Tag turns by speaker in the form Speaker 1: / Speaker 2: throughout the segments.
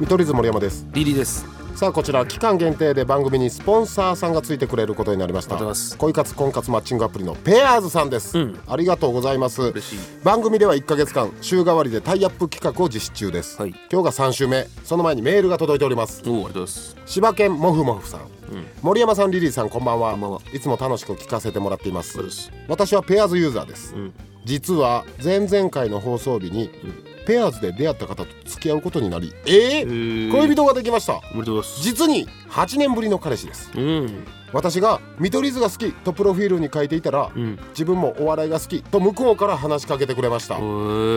Speaker 1: 見取り図森山です
Speaker 2: リリーです
Speaker 1: さあこちら期間限定で番組にスポンサーさんがついてくれることになりました
Speaker 2: ありがとうございます
Speaker 1: 恋活婚活マッチングアプリのペアーズさんです、
Speaker 2: うん
Speaker 1: ありがとうございます
Speaker 2: 嬉しい
Speaker 1: 番組では1ヶ月間週替わりでタイアップ企画を実施中です、
Speaker 2: はい
Speaker 1: 今日が3週目その前にメールが届いております
Speaker 2: おおありがとうございます
Speaker 1: 柴犬もふもふさん、森山さんリリーさんこんばんは
Speaker 2: こんばんはい
Speaker 1: つも楽しく聞かせてもらっています
Speaker 2: そうです
Speaker 1: 私はペアーズユーザーです、
Speaker 2: ん
Speaker 1: 実は前々回の放送日に、ペアーズで出会った方と付き合うことになりえー
Speaker 2: ー
Speaker 1: 恋人ができました
Speaker 2: おめでとうございます
Speaker 1: 実に8年ぶりの彼氏です
Speaker 2: うん
Speaker 1: 私が「見取り図が好き」とプロフィールに書いていたら、
Speaker 2: うん
Speaker 1: 自分もお笑いが好きと向こうから話しかけてくれました、
Speaker 2: お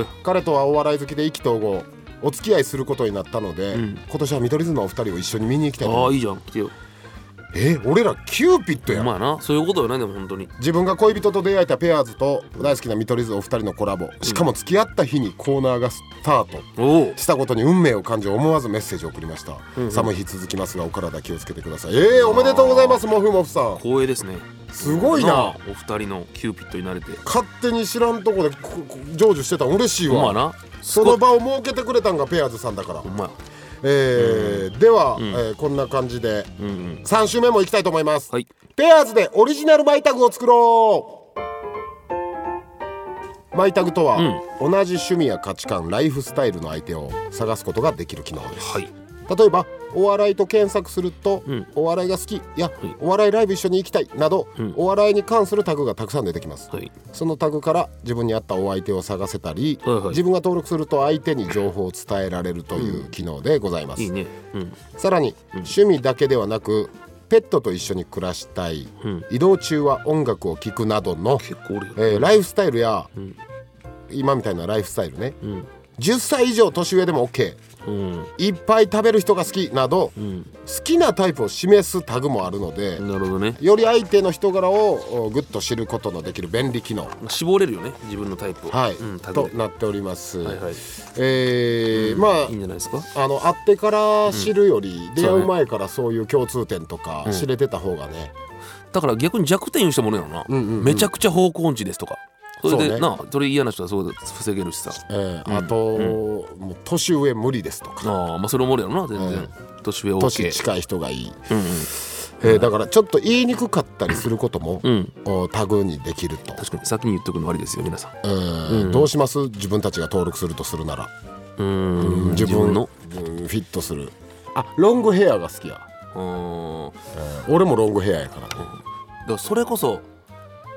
Speaker 2: ー
Speaker 1: 彼とはお笑い好きで意気投合お付き合いすることになったので、
Speaker 2: ん
Speaker 1: 今年は見取り図のお二人を一緒に見に行きたいと
Speaker 2: あ
Speaker 1: 思
Speaker 2: あ
Speaker 1: い
Speaker 2: いいじゃん来てよ
Speaker 1: ますえ俺らキューピッドや
Speaker 2: お
Speaker 1: ん
Speaker 2: 前なそういうことよねでも本当に
Speaker 1: 自分が恋人と出会えたペアーズと大好きな見取り図お二人のコラボしかも付き合った日にコーナーがスタート
Speaker 2: おお
Speaker 1: したことに運命を感じ思わずメッセージを送りました、寒い日続きますがお体気をつけてくださいえー、おめでとうございますモフモフさん
Speaker 2: 光栄ですね
Speaker 1: すごいな
Speaker 2: あお二人のキューピットになれて
Speaker 1: 勝手に知らんとこでここ成就してたの嬉しい
Speaker 2: お前
Speaker 1: わ
Speaker 2: な
Speaker 1: その場を設けてくれたんがペアーズさんだから
Speaker 2: お、前
Speaker 1: えーでは、えーこんな感じで
Speaker 2: うんうん
Speaker 1: 3週目もいきたいと思います、
Speaker 2: はい
Speaker 1: ペアーズでオリジナルマイタグを作ろうマイタグとは、同じ趣味や価値観ライフスタイルの相手を探すことができる機能です、
Speaker 2: はい
Speaker 1: 例えばお笑いと検索すると、
Speaker 2: ん
Speaker 1: お笑いが好きいや、お笑いライブ一緒に行きたいなど、お笑いに関するタグがたくさん出てきます、
Speaker 2: はい
Speaker 1: そのタグから自分に合ったお相手を探せたり、
Speaker 2: はいはい
Speaker 1: 自分が登録すると相手に情報を伝えられるという機能でございます、
Speaker 2: いいねうん
Speaker 1: さらに、趣味だけではなくペットと一緒に暮らしたい、
Speaker 2: うん
Speaker 1: 移動中は音楽を聴くなどの、
Speaker 2: 結構おるよ
Speaker 1: えーライフスタイルや、今みたいなライフスタイルね、
Speaker 2: ん
Speaker 1: 10歳以上年上でも OK
Speaker 2: うん
Speaker 1: いっぱい食べる人が好きなど、
Speaker 2: ん
Speaker 1: 好きなタイプを示すタグもあるので、
Speaker 2: なるほどね
Speaker 1: より相手の人柄をおグッと知ることのできる便利機能、
Speaker 2: 絞れるよね自分のタイプを
Speaker 1: はい
Speaker 2: うんタグ
Speaker 1: と
Speaker 2: で
Speaker 1: なっております。
Speaker 2: はいはい
Speaker 1: えーまあ
Speaker 2: いいんじゃないですか
Speaker 1: あの会ってから知るより、出
Speaker 2: そう
Speaker 1: 会
Speaker 2: ね
Speaker 1: う前からそういう共通点とか知れてた方がね、
Speaker 2: だから逆に弱点言う人もいるよな、
Speaker 1: んうんうん
Speaker 2: めちゃくちゃ方向音痴ですとかそれで
Speaker 1: そうね
Speaker 2: なそれ嫌な人はそうだ防げるしさ
Speaker 1: えーあと、もう年上無理ですとか、
Speaker 2: ああまあそれもおるやろな全然、年上 OK
Speaker 1: 年近い人がいい、
Speaker 2: うんうん
Speaker 1: えーだからちょっと言いにくかったりすることも、
Speaker 2: うん
Speaker 1: おタグにできると、
Speaker 2: 確かに先に言っとくの悪いですよ皆さん
Speaker 1: うんどうします自分たちが登録するとするなら、
Speaker 2: うーん
Speaker 1: 自
Speaker 2: 自
Speaker 1: 分
Speaker 2: 分の
Speaker 1: の、うんフィットするあロングヘアが好きや、
Speaker 2: うーんだか
Speaker 1: 俺もロングヘアやから、
Speaker 2: らそれこそ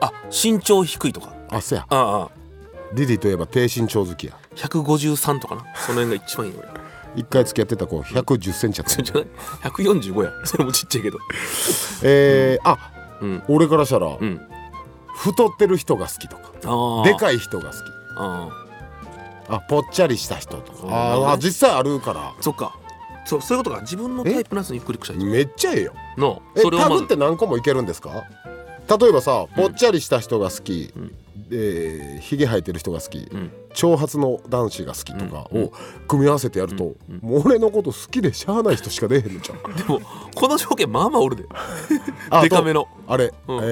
Speaker 2: あ身長低いとか
Speaker 1: あせや
Speaker 2: ああああ
Speaker 1: リリーといえば低身長好きや
Speaker 2: 153とかなその辺が一番いいよ俺
Speaker 1: 一回付き合ってた子1 1 0センチや った
Speaker 2: じゃない145や それもちっちゃいけど
Speaker 1: えー、あ、
Speaker 2: うん
Speaker 1: 俺からしたら、
Speaker 2: ん
Speaker 1: 太ってる人が好きとか
Speaker 2: ああ
Speaker 1: で
Speaker 2: い
Speaker 1: かい人が好き
Speaker 2: ああ
Speaker 1: あぽっちゃりした人とか
Speaker 2: うん
Speaker 1: あーあ実際あるから
Speaker 2: そっかそうそういうことか自分のタイプのやつにクリックしたい
Speaker 1: めっちゃええよ
Speaker 2: の
Speaker 1: え
Speaker 2: それを
Speaker 1: タ
Speaker 2: ま
Speaker 1: グ
Speaker 2: ず
Speaker 1: って何個もいけるんですか例えばさぽっちゃりした人が好き、えー、ひげ生えてる人が好き、
Speaker 2: ん
Speaker 1: 長髪の男子が好きとかを組み合わせてやると、もう俺のこと好きでしゃあない人しか出えへんのじゃん
Speaker 2: でもこの条件まあまあお るで
Speaker 1: あ
Speaker 2: デカめの
Speaker 1: あとあれ、
Speaker 2: うん
Speaker 1: え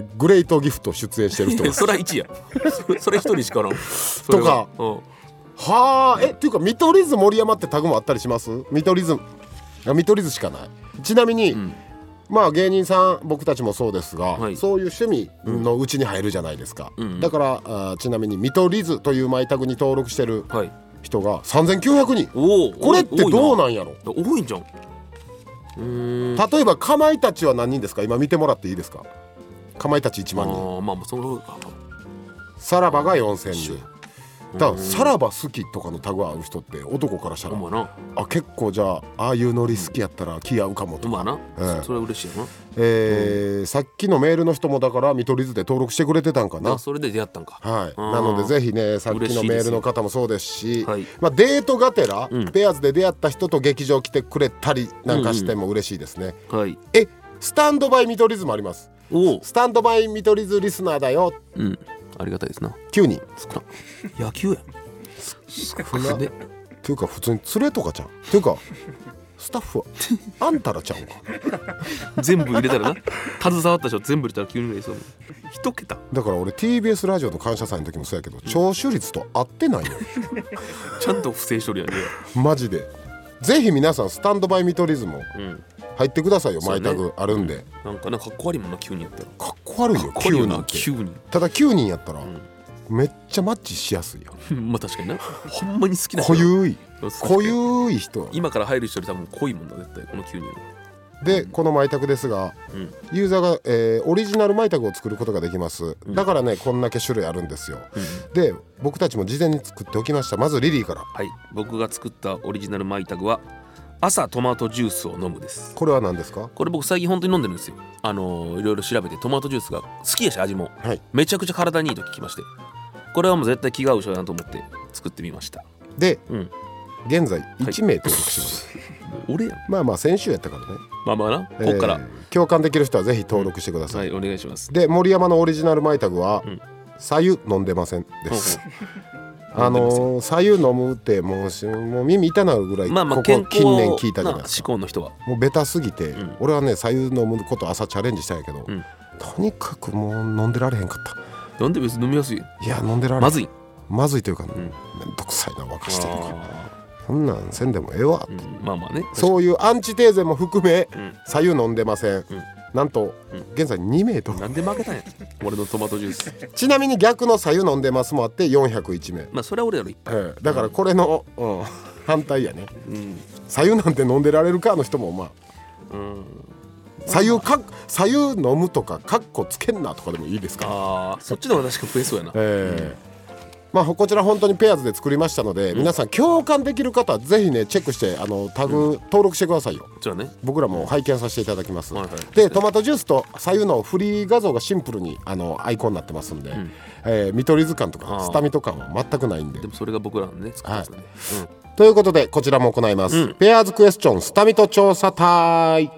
Speaker 1: ーグレートギフト出演してる人
Speaker 2: い
Speaker 1: が
Speaker 2: や
Speaker 1: 好き
Speaker 2: それは1やそれそれ一人しかおらんそれはうん
Speaker 1: はあえっていうか見取り図森山ってタグもあったりします見取り図あ見取り図しかないちなみに、まあ芸人さん僕たちもそうですが、
Speaker 2: はい
Speaker 1: そういう趣味のうちに入るじゃないですか、
Speaker 2: んうん
Speaker 1: だからあーちなみに見取り図というマイタグに登録してる
Speaker 2: はい
Speaker 1: 人が3900人
Speaker 2: おお
Speaker 1: これってどう
Speaker 2: な
Speaker 1: なんやろ
Speaker 2: 多いんじゃんうーん
Speaker 1: 例えばかまいたちは何人ですか今見てもらっていいですかかまいたち1
Speaker 2: あ
Speaker 1: 万人
Speaker 2: ーまあまあそのあ
Speaker 1: さらばが4000人だからさらば好きとかのタグ合う人って男からした
Speaker 2: お
Speaker 1: ら
Speaker 2: 前な
Speaker 1: あ結構じゃあああいうノリ好きやったら気合うかも
Speaker 2: お
Speaker 1: とか、
Speaker 2: 前な、
Speaker 1: ええ
Speaker 2: それは嬉しいよな
Speaker 1: えーさっきのメールの人もだから見取り図で登録してくれてたんか
Speaker 2: だか
Speaker 1: な
Speaker 2: らそれで出会ったんか
Speaker 1: はい、
Speaker 2: うん
Speaker 1: なのでぜひねさっき
Speaker 2: 嬉
Speaker 1: の
Speaker 2: しい
Speaker 1: メ
Speaker 2: で
Speaker 1: ー
Speaker 2: す
Speaker 1: ルの方もそうですし
Speaker 2: はい
Speaker 1: まあ、デートがてら、
Speaker 2: うん
Speaker 1: ペアーズで出会った人と劇場来てくれたりなんかしても嬉しいですね、
Speaker 2: はい
Speaker 1: えスタンドバイ見取り図もあります
Speaker 2: おお
Speaker 1: スタンドバイ見取り図リスナーだよ
Speaker 2: うんありがたいですな
Speaker 1: 9人
Speaker 2: 少な野球や少なで
Speaker 1: っていうか普通に連れとかちゃんっていうかスタッフはあんたらちゃうんか
Speaker 2: 全部入れたらな携わった人全部入れたら急に嬉しそう一桁
Speaker 1: だから俺 TBS ラジオの「感謝祭」の時もそうやけど聴取率と合ってないよ
Speaker 2: ちゃんと不正処理やね
Speaker 1: マジでぜひ皆さんスタンドバイ見取り図も
Speaker 2: うん
Speaker 1: 入ってくださいよ
Speaker 2: そう
Speaker 1: 毎
Speaker 2: ね
Speaker 1: タグあるんで、
Speaker 2: なんかなんかかっこ悪いもんな急にやったら
Speaker 1: かっこ悪いよ
Speaker 2: こうい
Speaker 1: 9
Speaker 2: う
Speaker 1: 人
Speaker 2: な
Speaker 1: って
Speaker 2: 急に
Speaker 1: ただ9人やったら、
Speaker 2: ん
Speaker 1: めっちゃマッチしやすいよ
Speaker 2: まあ確かになほんまに好きな人
Speaker 1: 濃ゆい
Speaker 2: そうそう
Speaker 1: 濃ゆい人
Speaker 2: 今から入る人より多分濃いもんだ絶対この9人
Speaker 1: でこの「マイタク」ですが
Speaker 2: うん
Speaker 1: ユーザーが、えーオリジナルマイタクを作ることができますだからねこんだけ種類あるんですよで僕たちも事前に作っておきましたまずリリーから
Speaker 2: はい僕が作ったオリジナルマイタグは朝トマトジュースを飲むです
Speaker 1: これは何ですか
Speaker 2: これ僕最近本当に飲んでるんですよあのーいろいろ調べてトマトジュースが好きやし味も
Speaker 1: はい
Speaker 2: めちゃくちゃ体にいいと聞きましてこれはもう絶対気が合う人だなと思って作ってみました
Speaker 1: で
Speaker 2: うん
Speaker 1: 現在1名登録します、
Speaker 2: 俺やん
Speaker 1: まあまあ先週やったからね
Speaker 2: まあまあ なこ
Speaker 1: えー
Speaker 2: っから、
Speaker 1: 共感できる人はぜひ登録してください、
Speaker 2: はいお願いします
Speaker 1: で森山のオリジナルマイタグは
Speaker 2: うん
Speaker 1: 「左右飲んでません」ですあ
Speaker 2: 飲んでませ
Speaker 1: のー左右飲むってもうしもう耳痛なるぐらい
Speaker 2: まあまあ
Speaker 1: ここ
Speaker 2: 健
Speaker 1: 近
Speaker 2: 康
Speaker 1: 年聞いたじゃない
Speaker 2: な
Speaker 1: です
Speaker 2: 思
Speaker 1: か
Speaker 2: 考の人は
Speaker 1: もうベタすぎて
Speaker 2: ん
Speaker 1: 俺はね左右飲むこと朝チャレンジしたんやけど
Speaker 2: うん
Speaker 1: とにかくもう飲んでられへんかった
Speaker 2: なんで別に飲みやすい
Speaker 1: いや飲んでられへん
Speaker 2: まずい
Speaker 1: まずいというかめ
Speaker 2: ん
Speaker 1: んどくさいな若してとか
Speaker 2: あ
Speaker 1: そんなんせんでもええわ
Speaker 2: ーうんまあまあね
Speaker 1: そういうアンチテーゼも含め
Speaker 2: ん
Speaker 1: 左右飲んでませんなんと現在2名と
Speaker 2: なんで負けたんや俺のトマトジュース
Speaker 1: ちなみに逆の左右飲んでますもあって401名
Speaker 2: まあそれは俺やろい
Speaker 1: ええだからこれの、うん反対やね
Speaker 2: うん
Speaker 1: 左右なんて飲んでられるかの人もまあ
Speaker 2: うん
Speaker 1: 左右か左右飲むとかカッコつけんなとかでもいいですか
Speaker 2: ああそっちの方が確か増えそうやな
Speaker 1: ええまあこちら本当にペアーズで作りましたので、皆さん共感できる方はぜひねチェックしてあのタグ登録してくださいよ、
Speaker 2: じゃあね
Speaker 1: 僕らも拝見させていただきます、
Speaker 2: はいはい
Speaker 1: でトマトジュースと左右のフリー画像がシンプルにあのアイコンになってますんで、えー見取り図感と
Speaker 2: あ
Speaker 1: か
Speaker 2: ー
Speaker 1: スタミとかは全くないんで
Speaker 2: でもそれが僕らのね作ったやつなんでうん
Speaker 1: ということでこちらも行います、ペアーズクエスチョンスタミト調査隊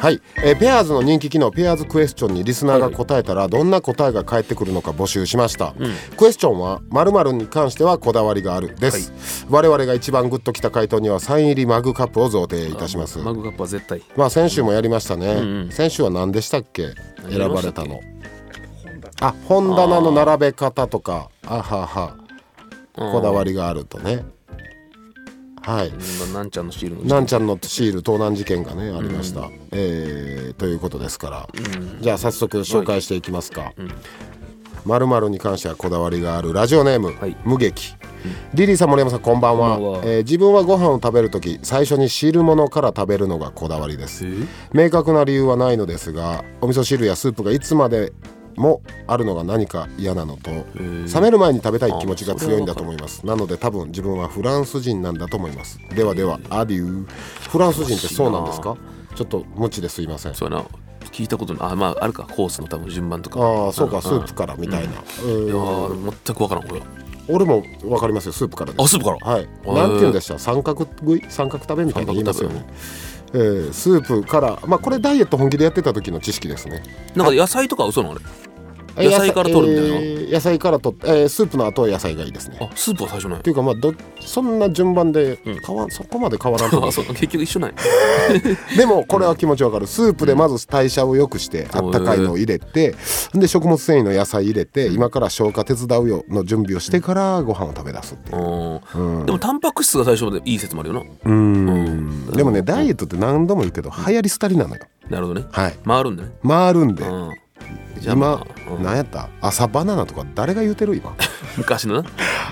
Speaker 1: はい、えーペアーズの人気機能ペアーズクエスチョンにリスナーが答えたらどんな答えが返ってくるのか募集しました、クエスチョンは〇〇に関してはこだわりがあるです、我々が一番グッときた回答にはサイン入りマグカップを贈呈いたします
Speaker 2: マグカップは絶対
Speaker 1: まあ先週もやりましたね、先週は何でしたっけ選ばれたのあ本棚の並べ方とかあははこだわりがあるとねはい
Speaker 2: うんなんちゃんのシールの
Speaker 1: なんちゃんのシール盗難事件がねありました、えーということですから、じゃあ早速紹介していきますかまるまるに関してはこだわりがあるラジオネーム、
Speaker 2: はい
Speaker 1: 無劇リリーさん森山さんこんばんは
Speaker 2: こんばんは
Speaker 1: えー自分はご飯を食べるとき最初に汁物から食べるのがこだわりです明確な理由はないのですがお味噌汁やスープがいつまでもあるのが何か嫌なのと冷める前に食べたい気持ちが強いんだと思いますなので多分自分はフランス人なんだと思いますではではアデューフランス人ってそうなんですかちょっと無知ですいません
Speaker 2: そうやな聞いたことないあまああるかコースの多分順番とか
Speaker 1: ああそうか
Speaker 2: ん
Speaker 1: スープからみたいな、
Speaker 2: い
Speaker 1: え
Speaker 2: や
Speaker 1: ー
Speaker 2: ー全くわからんこれは
Speaker 1: 俺もわかりますよスープからです
Speaker 2: あスープから
Speaker 1: はい
Speaker 2: ー
Speaker 1: なんて言うんでした三角食い三角食べみたいに言いますよねえースープからまあこれダイエット本気でやってた時の知識ですね
Speaker 2: なんか野菜とかは嘘なのあれ野菜から取るみたいな
Speaker 1: えー野菜から取って、えースープの後は野菜がいいですねっ
Speaker 2: あスープは最初ない
Speaker 1: ていうかまあどそんな順番で変わ、ん、そこまで変わらんと思
Speaker 2: あ
Speaker 1: う
Speaker 2: そう結局一緒ない
Speaker 1: でもこれは気持ちわかるスープでまず代謝を良くしてあったかいのを入れてで食物繊維の野菜入れて今から消化手伝うよの準備をしてからご飯を食べ出すっていう
Speaker 2: うんでもタンパク質が最初までいい説もあるよな
Speaker 1: うんでもねダイエットって何度も言うけど流行り廃りなのよ
Speaker 2: なるほどね
Speaker 1: はい
Speaker 2: 回るんだね
Speaker 1: 回るんで
Speaker 2: うんじゃあ
Speaker 1: 今
Speaker 2: まあうん
Speaker 1: 何やった朝バナナとか誰が言うてる今
Speaker 2: 昔のな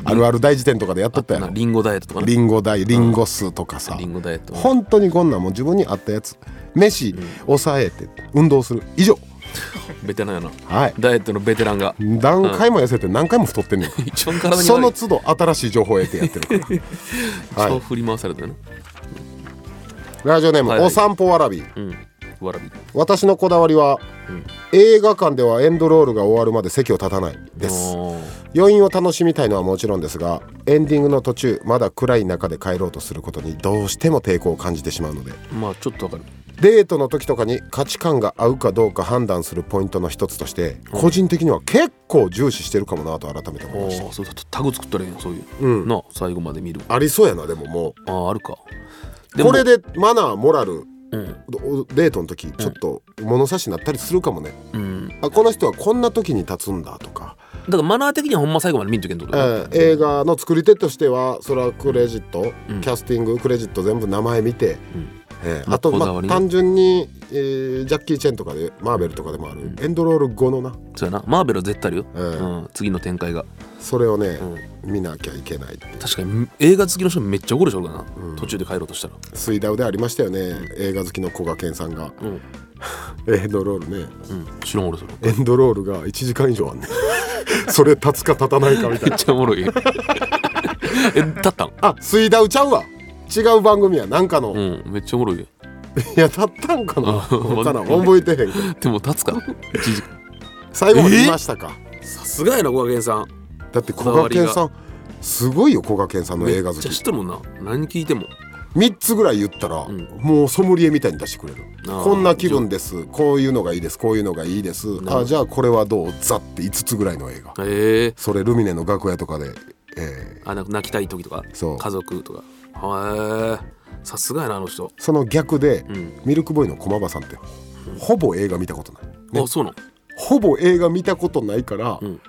Speaker 1: あるある大辞典とかでやっとったや
Speaker 2: な
Speaker 1: ろ
Speaker 2: リンゴダイエットとかな
Speaker 1: リンゴ大リンゴ酢とかさ
Speaker 2: リンゴダイエット
Speaker 1: 本当にこんなんもう自分に合ったやつ飯抑えて運動する以上
Speaker 2: ベテランやな
Speaker 1: はい
Speaker 2: ダイエットのベテランが
Speaker 1: 何回も痩せて何回も太ってんねん
Speaker 2: 一番体に
Speaker 1: そ
Speaker 2: 悪
Speaker 1: の
Speaker 2: い
Speaker 1: 都度新しい情報を得てやってるから
Speaker 2: 一
Speaker 1: は
Speaker 2: 番
Speaker 1: い
Speaker 2: 振り回されたよな
Speaker 1: ラジオネーム、
Speaker 2: はいはい
Speaker 1: お散歩わらび
Speaker 2: うんわらび
Speaker 1: 私のこだわりは、映画館ではエンドロールが終わるまで席を立たないです
Speaker 2: おー
Speaker 1: 余韻を楽しみたいのはもちろんですがエンディングの途中まだ暗い中で帰ろうとすることにどうしても抵抗を感じてしまうので
Speaker 2: まあちょっとわかる
Speaker 1: デートの時とかに価値観が合うかどうか判断するポイントの一つとして個人的には結構重視してるかもなと改めて思い
Speaker 2: お
Speaker 1: ました
Speaker 2: ーそうタグ作ったらいいのそういうな最後まで見る
Speaker 1: ありそうやなでもも
Speaker 2: あーあるか
Speaker 1: う
Speaker 2: でも
Speaker 1: これでマナーモラル
Speaker 2: うん
Speaker 1: おデートの時ちょっと物差しになったりするかもね、
Speaker 2: うん
Speaker 1: あこの人はこんな時に立つんだとか
Speaker 2: だからマナー的にはほんま最後まで見んといけんってことだよ
Speaker 1: ええ映画の作り手としてはそれはクレジット、
Speaker 2: うん
Speaker 1: キャスティングクレジット全部名前見て、
Speaker 2: うん
Speaker 1: ええ
Speaker 2: まあ
Speaker 1: あと、
Speaker 2: こだ
Speaker 1: ま
Speaker 2: わ
Speaker 1: あ、
Speaker 2: りね
Speaker 1: 単純に、えージャッキー・チェンとかでマーベルとかでもある、
Speaker 2: うん
Speaker 1: エンドロール後のな、
Speaker 2: そうやなマーベルは絶対あるよ、
Speaker 1: ええ
Speaker 2: うん、次の展開が、
Speaker 1: それをね
Speaker 2: う、ん、
Speaker 1: 見なきゃいけないっていう
Speaker 2: 確かに映画好きの人めっちゃ怒るでしょうからな、
Speaker 1: うん
Speaker 2: 途中で帰ろうとしたら、
Speaker 1: 水ダウでありましたよね、映画好きのこがけんさんが
Speaker 2: うん
Speaker 1: エンドロールね
Speaker 2: うん、知らん俺それ
Speaker 1: エンドロールが1時間以上あんねん それ立つか立たないかみたい
Speaker 2: め
Speaker 1: な
Speaker 2: っちゃおもろい え立ったん
Speaker 1: あ水ダウちゃうわ違う番組やなんかの、
Speaker 2: う
Speaker 1: い
Speaker 2: んめっちゃおもろいよ
Speaker 1: や立ったんかな
Speaker 2: あ
Speaker 1: 分からん
Speaker 2: わかん
Speaker 1: 覚えてへんけど
Speaker 2: でも立つか一時間
Speaker 1: 最後まで見ましたか、
Speaker 2: さすがやなこがけんさん
Speaker 1: だってこがけんさんすごいよこがけんさんの映画好
Speaker 2: めっちゃ知
Speaker 1: き
Speaker 2: ってるもんな何聞いても
Speaker 1: 3つぐらい言ったら、
Speaker 2: ん
Speaker 1: もうソムリエみたいに出してくれる
Speaker 2: あー
Speaker 1: こんな気分ですこういうのがいいですこういうのがいいです
Speaker 2: るほど
Speaker 1: あじゃあこれはどうザって5つぐらいの映画
Speaker 2: ええ
Speaker 1: それルミネの楽屋とかで、え
Speaker 2: あなんか泣きたい時とか
Speaker 1: ーそう
Speaker 2: 家族とかはえさすがやなあの人
Speaker 1: その逆で、
Speaker 2: うん
Speaker 1: ミルクボーイの駒場さんってほぼ映画見たことない、ね
Speaker 2: あそうなの
Speaker 1: ほぼ映画見たことないから、
Speaker 2: うん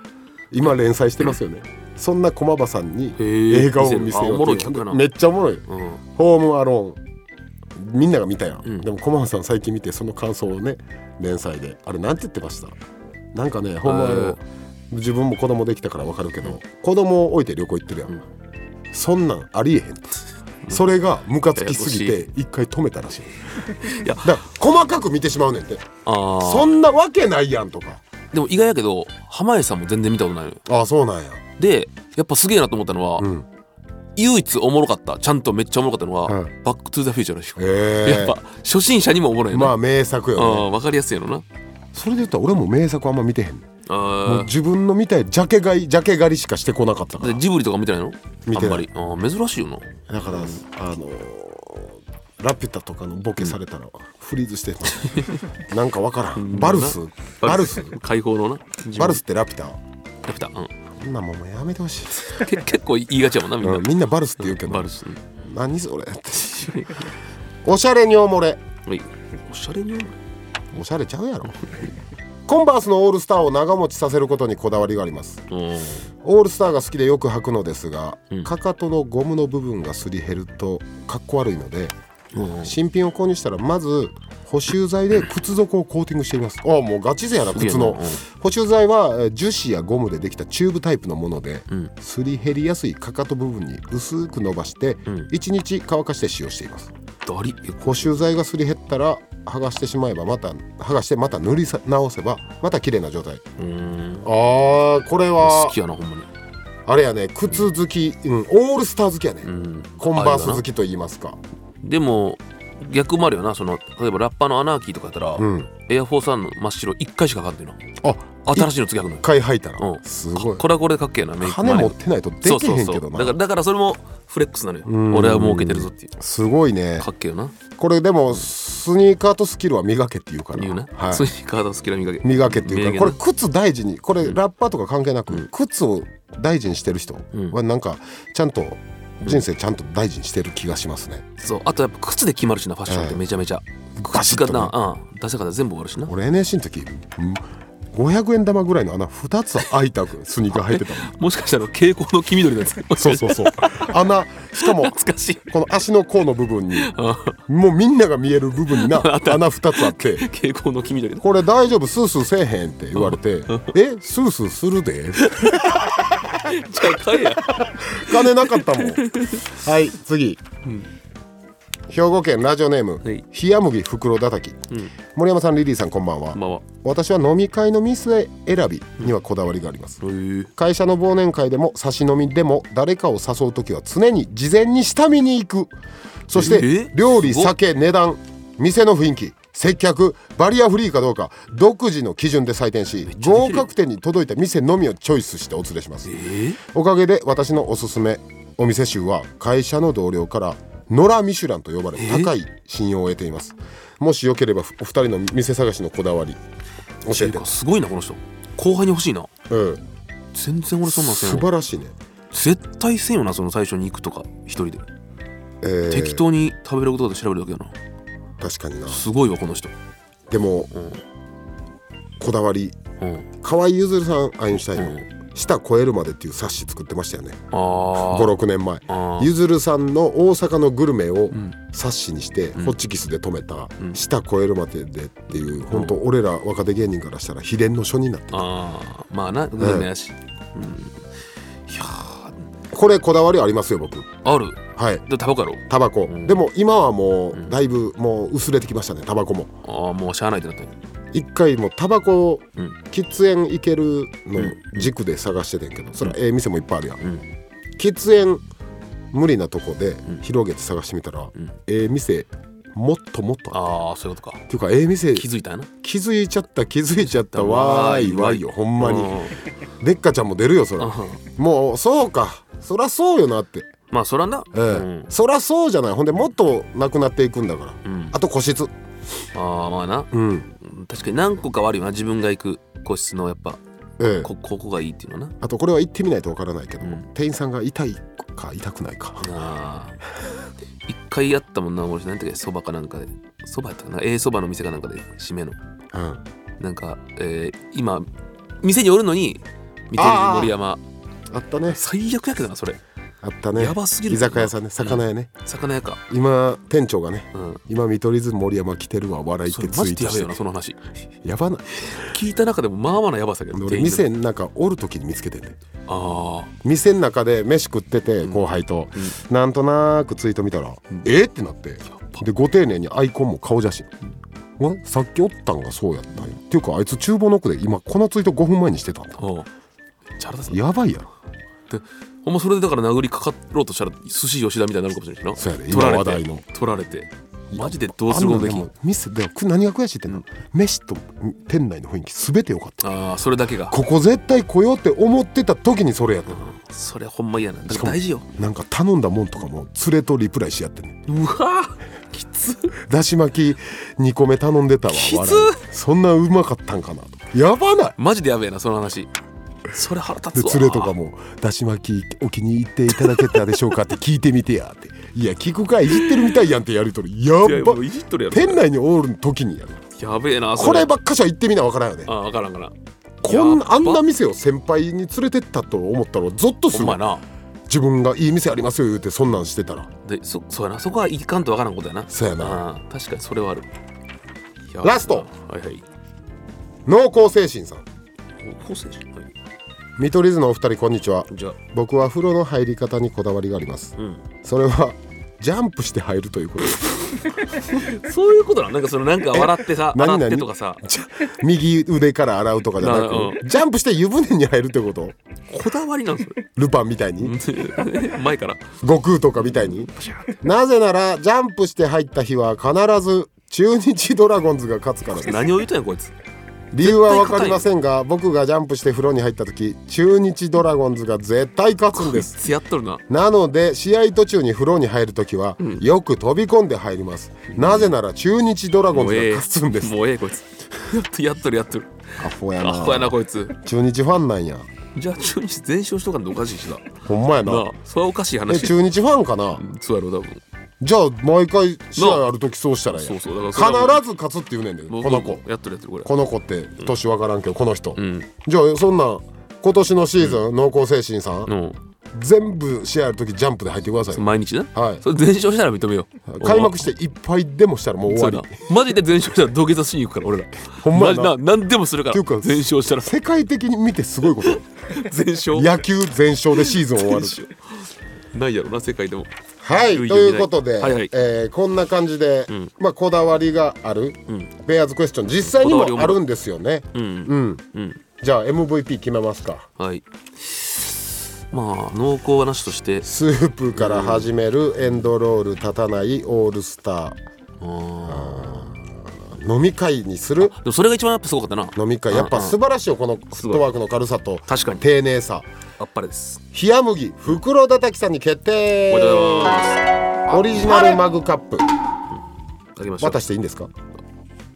Speaker 1: 今連載してますよね、そんな駒場さんに
Speaker 2: へー
Speaker 1: 映画を見せ
Speaker 2: あ
Speaker 1: よ
Speaker 2: おもろ
Speaker 1: う
Speaker 2: い
Speaker 1: っていう
Speaker 2: 企画やな
Speaker 1: めっちゃおもろい
Speaker 2: うん
Speaker 1: ホームアローンみんなが見たやん、
Speaker 2: うん
Speaker 1: でも駒場さん最近見てその感想をね連載であれなんて言ってましたなんかねホームアローン自分も子供できたからわかるけど、子供を置いて旅行行ってるやん、
Speaker 2: うん
Speaker 1: そんなんありえへんってそれがムカつきすぎ
Speaker 2: やや
Speaker 1: て一回止めたらしい
Speaker 2: い
Speaker 1: だ
Speaker 2: や
Speaker 1: から細かく見てしまうねんって
Speaker 2: あ
Speaker 1: そ
Speaker 2: あ
Speaker 1: んなわけないやんとか
Speaker 2: でも意外やけど濱家さんも全然見たことないのよ
Speaker 1: ああそうなんや
Speaker 2: でやっぱすげえなと思ったのは、
Speaker 1: うん
Speaker 2: 唯一おもろかったちゃんとめっちゃおもろかったのは「
Speaker 1: うん
Speaker 2: バック・トゥ・ザ・フューチャー」の人、
Speaker 1: ええ
Speaker 2: やっぱ初心者にもおもろいよね、
Speaker 1: まあ名作よね
Speaker 2: あ分かりやすいのな
Speaker 1: それで言ったら俺も名作あんま見てへんねんもう
Speaker 2: あ
Speaker 1: 自分の見たいジャケ買いジャケ狩りしかしてこなかったか
Speaker 2: ーでジブリとか見てないの
Speaker 1: 見てない
Speaker 2: あんまりあー珍しいよな
Speaker 1: らだからあのーラピュタとかのボケされたらフリーズしてた なんかわからんバルスバルス
Speaker 2: 解放のな
Speaker 1: バル
Speaker 2: ス
Speaker 1: スってラピュタ
Speaker 2: ラピュタ、う
Speaker 1: そんなもんもうやめてほしい、
Speaker 2: ん、け結構言いがちやもんなみんな、
Speaker 1: うん、みんなバルスって言うけど
Speaker 2: バルスうん
Speaker 1: 何それっておしゃれにおもれ
Speaker 2: はいおしゃれにおもろい
Speaker 1: おしゃれちゃうやろコンバースのオールスターを長持ちさせることにこだわりがあります
Speaker 2: うん
Speaker 1: オールスターが好きでよく履くのですが、
Speaker 2: うん
Speaker 1: かかとのゴムの部分がすり減るとかっこ悪いので、新品を購入したらまず補修剤で靴底をコーティングしていますああもうガチ勢やな
Speaker 2: すげえな
Speaker 1: 靴の
Speaker 2: うん
Speaker 1: 補修剤はえー樹脂やゴムでできたチューブタイプのもので、
Speaker 2: うん
Speaker 1: すり減りやすいかかと部分に薄く伸ばして、
Speaker 2: ん
Speaker 1: 1日乾かして使用しています
Speaker 2: だりえ
Speaker 1: 補修剤がすり減ったら剥がしてしまえばまた剥がしてまた塗りさ直せばまた綺麗な状態
Speaker 2: うーん
Speaker 1: あーこれは
Speaker 2: 好きやなほんまに
Speaker 1: あれやね靴好き、うん、オールスター好きやね、
Speaker 2: うん
Speaker 1: コンバース好
Speaker 2: あれや
Speaker 1: きと言いますか
Speaker 2: なでも逆もあるよなその例えばラッパーのアナーキーとかやったら、
Speaker 1: うん
Speaker 2: エアフォースワンの真っ白一回しかかかってる
Speaker 1: あ
Speaker 2: の新しいの次履くのよ
Speaker 1: 一回履いたら、
Speaker 2: うん
Speaker 1: すごい
Speaker 2: これはこれでかっけえなメイク
Speaker 1: 金持ってないとで
Speaker 2: そう
Speaker 1: き
Speaker 2: そ
Speaker 1: へ
Speaker 2: うんそ
Speaker 1: け
Speaker 2: う
Speaker 1: ど
Speaker 2: だから
Speaker 1: な
Speaker 2: だからそれもフレックスなのよ
Speaker 1: うん
Speaker 2: 俺は儲けてるぞっていう
Speaker 1: すごいね
Speaker 2: かっけえよな
Speaker 1: これでもスニーカーとスキルは磨けって言うから
Speaker 2: 言うね、
Speaker 1: はい
Speaker 2: スニーカーの好きな見かけ
Speaker 1: 磨けっていうから
Speaker 2: 名
Speaker 1: こ
Speaker 2: 言
Speaker 1: れ
Speaker 2: な
Speaker 1: 靴大事にこれラッパーとか関係なく、靴を大事にしてる人
Speaker 2: うん
Speaker 1: はなんかちゃんと人生ちゃんと大事にしてる気がしますね、
Speaker 2: そうあとやっぱ靴で決まるしなファッションってめちゃめちゃ、
Speaker 1: バシ
Speaker 2: 靴
Speaker 1: ッ
Speaker 2: が
Speaker 1: と
Speaker 2: な
Speaker 1: な、
Speaker 2: うん、出せ方全部終わるしな
Speaker 1: 俺 NSC の時うん500円玉ぐらいの穴2つ開いた スニーカー履いてたもん
Speaker 2: もしかしたら蛍光の黄緑なんですか
Speaker 1: そうそう そう。穴、しかも、
Speaker 2: 懐かしい
Speaker 1: この足の甲の部分に、
Speaker 2: あ
Speaker 1: もうみんなが見える部分に な、
Speaker 2: あった
Speaker 1: 穴二つあって。
Speaker 2: 蛍光の黄緑の
Speaker 1: これ大丈夫スースーせえへんって言われ て「えスースーするで?
Speaker 2: じゃあ買えや」
Speaker 1: 金なかったもんはい次、兵庫県ラジオネーム、
Speaker 2: はい
Speaker 1: 冷麦袋叩き、
Speaker 2: ん
Speaker 1: 森山さんリリーさんこんばんは、
Speaker 2: まあまあ
Speaker 1: 私は飲み会の店選びにはこだわりがあります、
Speaker 2: へえ
Speaker 1: 会社の忘年会でも差し飲みでも誰かを誘う時は常に事前に下見に行くそし
Speaker 2: え
Speaker 1: て料理
Speaker 2: すごっ
Speaker 1: 酒値段店の雰囲気接客バリアフリーかどうか独自の基準で採点し
Speaker 2: ちゃでき
Speaker 1: 合
Speaker 2: る
Speaker 1: 格点に届いた店のみをチョイスしてお連れします
Speaker 2: え
Speaker 1: おかげで私のおすすめお店集は会社の同僚から野良ミシュランと呼ばれ高い信用を得ていますもしよければお二人の店探しのこだわり教え
Speaker 2: て
Speaker 1: て
Speaker 2: か、すごいなこの人後輩に欲しいな
Speaker 1: うん、
Speaker 2: 全然俺そんなんせん
Speaker 1: 素
Speaker 2: わ
Speaker 1: 晴らしいね、
Speaker 2: 絶対せんよなその最初に行くとか一人で、
Speaker 1: えー
Speaker 2: 適当に食べることで調べるだけだな
Speaker 1: 確かにな
Speaker 2: すごいわこの人
Speaker 1: でも、こだわり
Speaker 2: うん
Speaker 1: 河合ゆずるさんアインシュタインの、舌超えるまで」っていう冊子作ってましたよね
Speaker 2: あー
Speaker 1: 56年前
Speaker 2: あー
Speaker 1: ゆずるさんの大阪のグルメを
Speaker 2: ん
Speaker 1: 冊子にして、ホッチキスで止めた
Speaker 2: う
Speaker 1: 「
Speaker 2: ん
Speaker 1: 舌超えるまでで」っていう、本当俺ら若手芸人からしたら秘伝の書になって
Speaker 2: あーまあなグルメやし、うん、いやー
Speaker 1: これこだわりありますよ僕
Speaker 2: ある
Speaker 1: はい
Speaker 2: でタバコやろ
Speaker 1: タバコ、
Speaker 2: ん
Speaker 1: でも今はもうだいぶもう薄れてきましたねタバコも
Speaker 2: ああもうしゃあないってなったんや
Speaker 1: 一回もうタバコを
Speaker 2: うん
Speaker 1: 喫煙行けるの軸で探しててんけどそれはええ店もいっぱいあるやん
Speaker 2: うん
Speaker 1: 喫煙無理なとこで広げて探してみたら、
Speaker 2: ん
Speaker 1: ええ店もっともっとあっ
Speaker 2: ああそういうことか
Speaker 1: ていうかええ店
Speaker 2: 気づいたんやな
Speaker 1: 気づいちゃった気づいちゃったわーいわーいよほんまに
Speaker 2: う
Speaker 1: でっかちゃんも出るよそら
Speaker 2: ん
Speaker 1: もうそうかそらそうよなって、
Speaker 2: まあそらな、
Speaker 1: ええ
Speaker 2: うん
Speaker 1: そらそうじゃないほんでもっとなくなっていくんだから
Speaker 2: うん、
Speaker 1: あと個室
Speaker 2: ああまあな
Speaker 1: うん
Speaker 2: 確かに何個か悪いよな自分が行く個室のやっぱ
Speaker 1: ええ
Speaker 2: こここがいいっていうのはな
Speaker 1: あとこれは行ってみないとわからないけど、
Speaker 2: うん
Speaker 1: 店員さんが痛いか痛くないか
Speaker 2: あー一回やったもんな俺なんていうかそばかなんかでそばやったかなええそばの店かなんかで締めの
Speaker 1: うん
Speaker 2: なんか、えー今店におるのに見てる
Speaker 1: あー
Speaker 2: 森山
Speaker 1: あったね
Speaker 2: 最悪やけどなそれ
Speaker 1: あったね
Speaker 2: やばすぎる
Speaker 1: 居酒屋さんね魚屋ね、
Speaker 2: 魚屋か
Speaker 1: 今店長がね
Speaker 2: うん
Speaker 1: 今見取り図森山来てるわ笑いっ
Speaker 2: そ
Speaker 1: て
Speaker 2: れ
Speaker 1: ツ
Speaker 2: マ
Speaker 1: イ
Speaker 2: ジ
Speaker 1: ー
Speaker 2: で
Speaker 1: ト
Speaker 2: やべ
Speaker 1: して
Speaker 2: えよ
Speaker 1: る
Speaker 2: なその話
Speaker 1: やばない
Speaker 2: 聞いた中でもまあまあなやばさやけど
Speaker 1: 俺
Speaker 2: 店員
Speaker 1: 店の中おる時に見つけてんね
Speaker 2: のあ
Speaker 1: 店の中で飯食ってて後輩と、なんとなくツイート見たら、えーってなって
Speaker 2: ぱ
Speaker 1: でご丁寧にアイコンも顔写真、うわさっきおったんがそうやったんやっていうかあいつ厨房の奥で今このツイート5分前にしてたんだ
Speaker 2: あおうめっちゃ腹立つな
Speaker 1: やばいやろ
Speaker 2: でほんまそれでだから殴りかかろうとしたら寿司吉田みたいになるかもしれないしな
Speaker 1: そうやで
Speaker 2: 取られ
Speaker 1: 今話題
Speaker 2: て
Speaker 1: の
Speaker 2: 取られてマジでどうすることでき
Speaker 1: あん
Speaker 2: ん
Speaker 1: なのも店でく何が悔しいってな、飯と店内の雰囲気全て良かった
Speaker 2: ああそれだけが
Speaker 1: ここ絶対来ようって思ってた時にそれやった
Speaker 2: それほんま嫌なだ
Speaker 1: し
Speaker 2: か
Speaker 1: かも
Speaker 2: ら大事よ
Speaker 1: なんか頼んだもんとかも連れとリプライし合ってね
Speaker 2: うわーきつ
Speaker 1: だし巻き2個目頼んでたわ
Speaker 2: きつ
Speaker 1: 笑いそんなうまかったんかなとやばない
Speaker 2: マジでやべえなその話それ腹立
Speaker 1: で
Speaker 2: つわ
Speaker 1: 連れとかも「だし巻きお気に入っていただけたでしょうか?」って聞いてみてや って「いや聞くかいじってるみたいやん」ってやりとりや
Speaker 2: いや
Speaker 1: っば
Speaker 2: もういじっとるやろ
Speaker 1: 店内におる時にやる
Speaker 2: やべえな
Speaker 1: これば
Speaker 2: ば
Speaker 1: っかしは言ってみなわからんよね
Speaker 2: ああ分からんからん
Speaker 1: こん
Speaker 2: やっば
Speaker 1: あんな店を先輩に連れてったと思ったらゾッとす
Speaker 2: ほん
Speaker 1: る
Speaker 2: まやな
Speaker 1: 自分がいい店ありますよ言うてそんなんしてたら
Speaker 2: でそそうやなそこはいかんと分からんことやな
Speaker 1: そうやな
Speaker 2: あー確かにそれはあるや
Speaker 1: ラスト
Speaker 2: はいはい
Speaker 1: 濃厚精神さん
Speaker 2: 高精神はい
Speaker 1: 見取り図のお二人こんにちは
Speaker 2: じゃあ
Speaker 1: 僕は風呂の入り方にこだわりがあります
Speaker 2: うん
Speaker 1: それはジャンプして入るということです
Speaker 2: そういうことなのなんかそのなんか笑ってさ
Speaker 1: 何
Speaker 2: 笑
Speaker 1: 々
Speaker 2: ってとかさ
Speaker 1: じゃ右腕から洗うとかじゃなく
Speaker 2: なう
Speaker 1: ジャンプして湯船に入るってこと
Speaker 2: こだわりなんそれ
Speaker 1: ルパンみたいに
Speaker 2: 前から
Speaker 1: 悟空とかみたいになぜならジャンプして入った日は必ず中日ドラゴンズが勝つからです
Speaker 2: 何を言うとんやこいつ
Speaker 1: 理由は分かりませんが僕がジャンプして風呂に入った時中日ドラゴンズが絶対勝つんです
Speaker 2: つやっとるな
Speaker 1: なので試合途中に風呂に入るときはよく飛び込んで入ります、なぜなら中日ドラゴン
Speaker 2: も
Speaker 1: ズ
Speaker 2: うええ
Speaker 1: が勝つんです、
Speaker 2: もうええこいつ やっとやっとるやっとる
Speaker 1: アホや
Speaker 2: アホや
Speaker 1: な
Speaker 2: なこいつ
Speaker 1: 中日ファンなんや
Speaker 2: じゃあ中日全勝しとかんとおかしいしな
Speaker 1: ほんまやな
Speaker 2: なあそれはおかしい
Speaker 1: え
Speaker 2: 話
Speaker 1: 中日ファンかな
Speaker 2: そうやろ多分
Speaker 1: じゃあ毎回試合あるときそうしたらいい
Speaker 2: そう
Speaker 1: 必
Speaker 2: そうだからそれは
Speaker 1: ず勝つって言うねんで
Speaker 2: もう
Speaker 1: この子
Speaker 2: もうやっとるやっとるこ
Speaker 1: この子って年分からんけどこの人、
Speaker 2: れうん
Speaker 1: じゃあそんなん今年のシーズン、濃厚精神さん、
Speaker 2: の
Speaker 1: 全部試合あるときジャンプで入ってください
Speaker 2: 毎日な
Speaker 1: はい
Speaker 2: それ全勝したら認めよう
Speaker 1: 開幕していっぱいでもしたらもう終
Speaker 2: そう
Speaker 1: わ
Speaker 2: やな
Speaker 1: り
Speaker 2: マジで全勝したら土下座しに行くから俺ら
Speaker 1: ほんまやな
Speaker 2: マジな何でもするから
Speaker 1: ていうか
Speaker 2: 全勝し たら
Speaker 1: 世界的に見てすごいこと
Speaker 2: 全勝
Speaker 1: 野球全勝でシーズン終わる
Speaker 2: 全勝ないやろな世界でも
Speaker 1: はい
Speaker 2: よよ
Speaker 1: ということで、
Speaker 2: はいはい
Speaker 1: えーこんな感じで、
Speaker 2: ん
Speaker 1: まあ、こだわりがある、
Speaker 2: ん
Speaker 1: ペアーズクエスチョン実際にも
Speaker 2: こだわ
Speaker 1: あ
Speaker 2: りを持つ
Speaker 1: るんですよね
Speaker 2: うん
Speaker 1: うん、
Speaker 2: うん
Speaker 1: じゃあ MVP 決めますか
Speaker 2: はいまあ濃厚なしとして
Speaker 1: スープから始めるエンドロール立たないオールスタ
Speaker 2: あー
Speaker 1: ー飲み会にする
Speaker 2: でもそれが一番やっぱすごかったな
Speaker 1: 飲み会やっぱ素晴らしいよこのフ
Speaker 2: す
Speaker 1: ッ
Speaker 2: ごい
Speaker 1: トワークの軽さと
Speaker 2: 確かに
Speaker 1: 丁寧さ
Speaker 2: あっぱれです
Speaker 1: 冷麦袋叩きさんに決定
Speaker 2: おめでとうございます
Speaker 1: オリジナルマグカップ
Speaker 2: あげましょう
Speaker 1: 渡していいんですか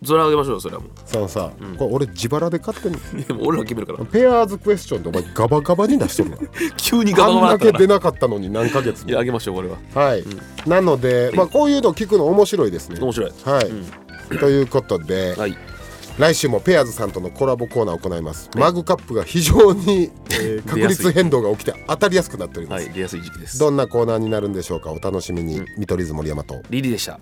Speaker 2: それはあげましょうよそれはもう
Speaker 1: そのさ、これ俺自腹で買ってんの
Speaker 2: でも俺ら決め るから
Speaker 1: ペアーズクエスチョンでお前ガバガバに出してるな
Speaker 2: 急 にガバガバ
Speaker 1: あ
Speaker 2: だ
Speaker 1: ん
Speaker 2: っ
Speaker 1: だけ
Speaker 2: たか
Speaker 1: 出
Speaker 2: ら
Speaker 1: なかったのに何ヶ月
Speaker 2: い
Speaker 1: も
Speaker 2: やあげましょうこれは
Speaker 1: はい、なので、まあ、こういうの聞くの面白いですね
Speaker 2: 面白い
Speaker 1: はい、ということで、
Speaker 2: はい
Speaker 1: 来週もペアーズさんとのコラボコーナーを行います、マグカップが非常に、えー
Speaker 2: 出
Speaker 1: 確
Speaker 2: やすい
Speaker 1: 率変動が起きて当たりやすくなっておりま
Speaker 2: は
Speaker 1: す、
Speaker 2: い出やすい時期です
Speaker 1: どんなコーナーになるんでしょうかお楽しみに見取り図森山と
Speaker 2: リリーでした